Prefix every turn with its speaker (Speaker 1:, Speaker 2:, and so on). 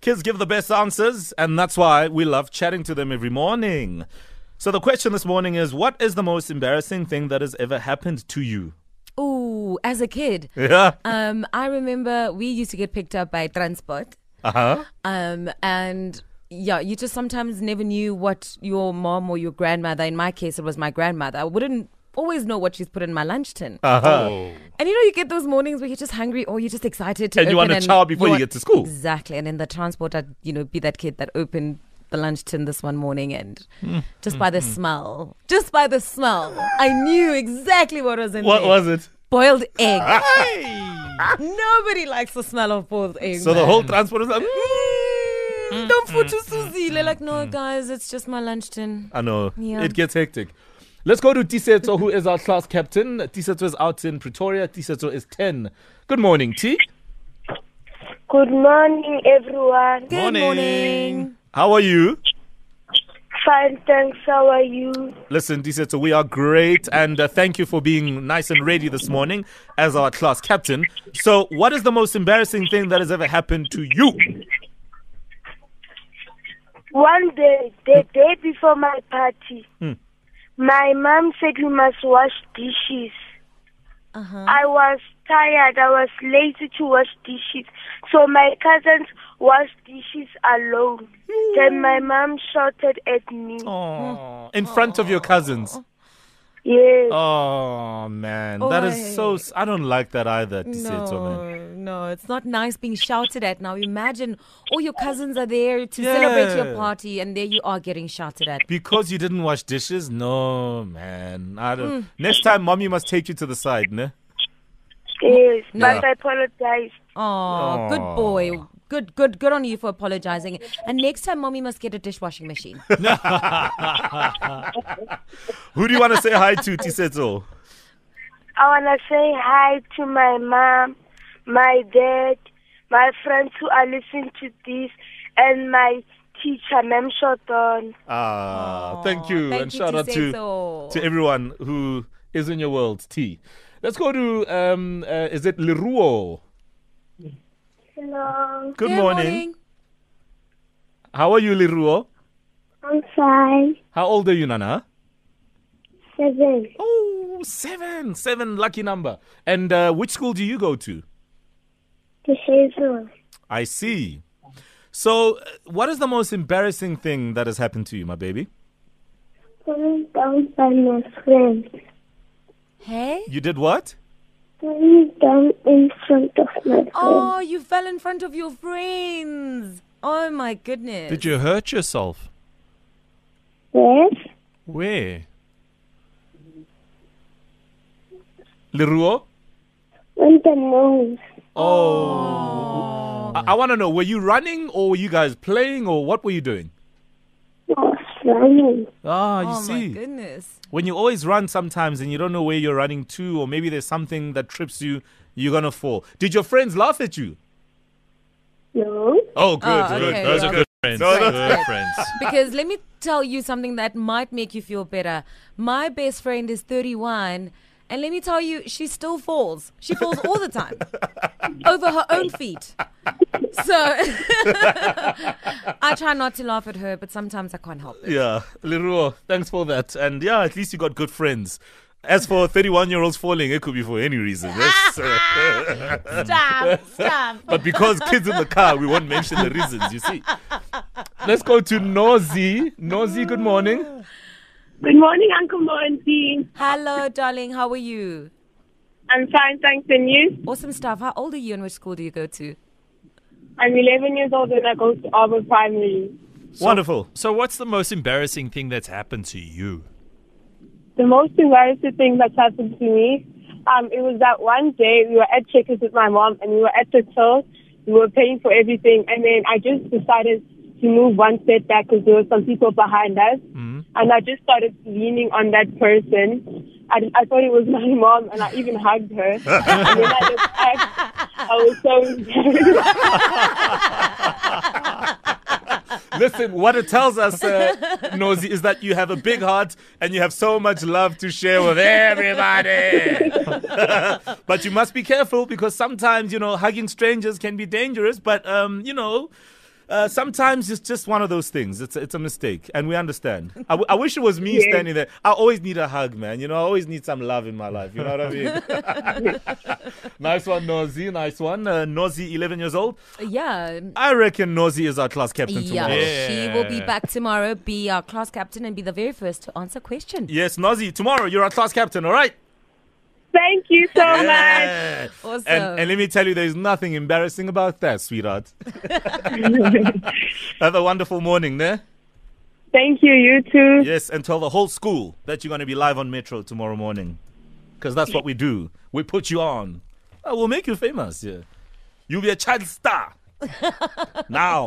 Speaker 1: Kids give the best answers, and that's why we love chatting to them every morning. So the question this morning is what is the most embarrassing thing that has ever happened to you?
Speaker 2: Ooh, as a kid,
Speaker 1: Yeah.
Speaker 2: um, I remember we used to get picked up by transport,
Speaker 1: Uh-huh.
Speaker 2: um, and yeah, you just sometimes never knew what your mom or your grandmother. In my case, it was my grandmother. I wouldn't always know what she's put in my lunch tin.
Speaker 1: Uh-huh.
Speaker 2: And you know, you get those mornings where you're just hungry or you're just excited to
Speaker 1: And you
Speaker 2: open
Speaker 1: want a child before you
Speaker 2: want-
Speaker 1: get to school.
Speaker 2: Exactly. And in the transport, I'd, you know, be that kid that opened the lunch tin this one morning and just by the smell, just by the smell, I knew exactly what was in
Speaker 1: What
Speaker 2: there.
Speaker 1: was it?
Speaker 2: Boiled egg. Nobody likes the smell of boiled egg.
Speaker 1: So the
Speaker 2: man.
Speaker 1: whole transport was like,
Speaker 2: Mm, Don't put to Susie. They're like,
Speaker 1: Mm,
Speaker 2: no, guys, it's just my lunch tin.
Speaker 1: I know.
Speaker 2: Yeah.
Speaker 1: It gets hectic. Let's go to Tiseto, who is our class captain. Tiseto is out in Pretoria. Tiseto is 10. Good morning, T.
Speaker 3: Good morning, everyone.
Speaker 2: Good
Speaker 4: Morning.
Speaker 2: morning.
Speaker 1: How are you?
Speaker 3: Fine, thanks. How are you?
Speaker 1: Listen, Tiseto, we are great. And uh, thank you for being nice and ready this morning as our class captain. So, what is the most embarrassing thing that has ever happened to you?
Speaker 3: One day, the day before my party,
Speaker 1: Hmm.
Speaker 3: my mom said we must wash dishes.
Speaker 2: Uh-huh.
Speaker 3: I was tired. I was lazy to wash dishes. So my cousins washed dishes alone. Then my mom shouted at me.
Speaker 1: Oh, in front of your cousins.
Speaker 3: Yes.
Speaker 1: Oh, man. That is so.
Speaker 2: Oi.
Speaker 1: s- I don't like that either, Tiseto, man.
Speaker 2: No, no, it's not nice being shouted at. Now imagine all your cousins are there to celebrate your
Speaker 1: Yeah.
Speaker 2: party, and there you are getting shouted at.
Speaker 1: Because you didn't wash dishes? No, man. I
Speaker 2: Mm.
Speaker 1: don't. Next time, mommy must take you to the side, ne?
Speaker 3: Yes.
Speaker 1: No.
Speaker 3: But I apologized.
Speaker 2: Oh, good boy. Good, good, good on you for apologizing. And next time, mommy must get a dishwashing machine.
Speaker 1: Who do you want to say hi to, Tiseto?
Speaker 3: I want to say hi to my mom, my dad, my friends who are listening to this, and my teacher, Mem Shoton.
Speaker 1: Ah, thank you.
Speaker 2: thank
Speaker 1: and
Speaker 2: you,
Speaker 1: shout out to,
Speaker 2: Tiseto.
Speaker 1: to everyone who is in your world, T. Let's go to, um, uh, is it Leruo?
Speaker 3: Hello,
Speaker 1: Good morning. How are you, Leruo?
Speaker 3: I'm fine.
Speaker 1: How old are you, Nana?
Speaker 3: Seven.
Speaker 1: Oh, seven. Seven, lucky number. And uh, which school do you go to?
Speaker 3: Disabled.
Speaker 1: I see. So, uh, what is the most embarrassing thing that has happened to you, my baby?
Speaker 3: Falling down by my friends.
Speaker 2: Hey?
Speaker 1: You did what?
Speaker 3: Falling down in front of my friends.
Speaker 2: Oh, you fell in front of your friends. Oh my goodness.
Speaker 4: Did you hurt yourself?
Speaker 3: Yes.
Speaker 4: Where?
Speaker 1: Leruo?
Speaker 3: On the nose.
Speaker 1: I, I want to know, were you running or were you guys playing or what were you doing?
Speaker 3: I was running.
Speaker 1: Ah, you
Speaker 2: Oh my
Speaker 1: see.
Speaker 2: goodness.
Speaker 1: When you always run sometimes and you don't know where you're running to or maybe there's something that trips you, you're going to fall. Did your friends laugh at you?
Speaker 3: No.
Speaker 1: Oh, good.
Speaker 2: Ah,
Speaker 1: good.
Speaker 2: okay,
Speaker 1: Those
Speaker 2: yeah.
Speaker 1: are
Speaker 4: good friends.
Speaker 1: No,
Speaker 4: Those
Speaker 1: that's-
Speaker 4: are good friends.
Speaker 2: Because let me tell you something that might make you feel better. My best friend is 31, and let me tell you, she still falls. She falls all the time over her own feet. So I try not to laugh at her, but sometimes I can't help it.
Speaker 1: Yeah, Leroy, thanks for that. And yeah, at least you got good friends. As for 31 year olds falling, it could be for any reason. That's, uh,
Speaker 2: Stop, stop.
Speaker 1: but because kids in the car, we won't mention the reasons, you see. Let's go to Nozi. Nozi, good morning.
Speaker 5: Good morning, Uncle Monty.
Speaker 2: Hello, darling. How are you?
Speaker 5: I'm fine, thanks. And you?
Speaker 2: Awesome stuff. How old are you, and which school do you go to?
Speaker 5: I'm 11 years old and I go to Arbor Primary.
Speaker 1: Wonderful.
Speaker 4: So, what's the most embarrassing thing that's happened to you?
Speaker 5: The most embarrassing thing that's happened to me, um, it was that one day we were at Checkers with my mom and we were at the till. We were paying for everything, and then I just decided to move one step back because there were some people behind us, and I just started leaning on that person. I, I thought it was my mom, and I even hugged her. and then I looked back. I was so embarrassed.
Speaker 1: Listen, what it tells us, uh, Nozi, is that you have a big heart and you have so much love to share with everybody. but you must be careful because sometimes, you know, hugging strangers can be dangerous. But, um, you know, Uh, sometimes it's just one of those things. It's it's a mistake, and we understand. I, w- I wish it was me
Speaker 5: Yes.
Speaker 1: standing there. I always need a hug, man. You know, I always need some love in my life. You know what I mean? nice one, Nozi. Nice one, uh, Nozi. Eleven years old.
Speaker 2: Yeah.
Speaker 1: I reckon Nozi is our class captain
Speaker 2: Yeah,
Speaker 1: tomorrow.
Speaker 2: she will be
Speaker 4: Yeah.
Speaker 2: back tomorrow, be our class captain, and be the very first to answer question.
Speaker 1: Yes, Nozi. Tomorrow you're our class captain. All right.
Speaker 5: Thank you so much.
Speaker 1: Yeah.
Speaker 2: Awesome.
Speaker 1: And, and let me tell you, there's nothing embarrassing about that, sweetheart. Have a wonderful morning there.
Speaker 5: Thank you, you too.
Speaker 1: Yes, and tell the whole school that you're going to be live on Metro tomorrow morning. Because that's what we do. We put you on. Oh, Uh, we'll make you famous, yeah. You'll be a child star. now.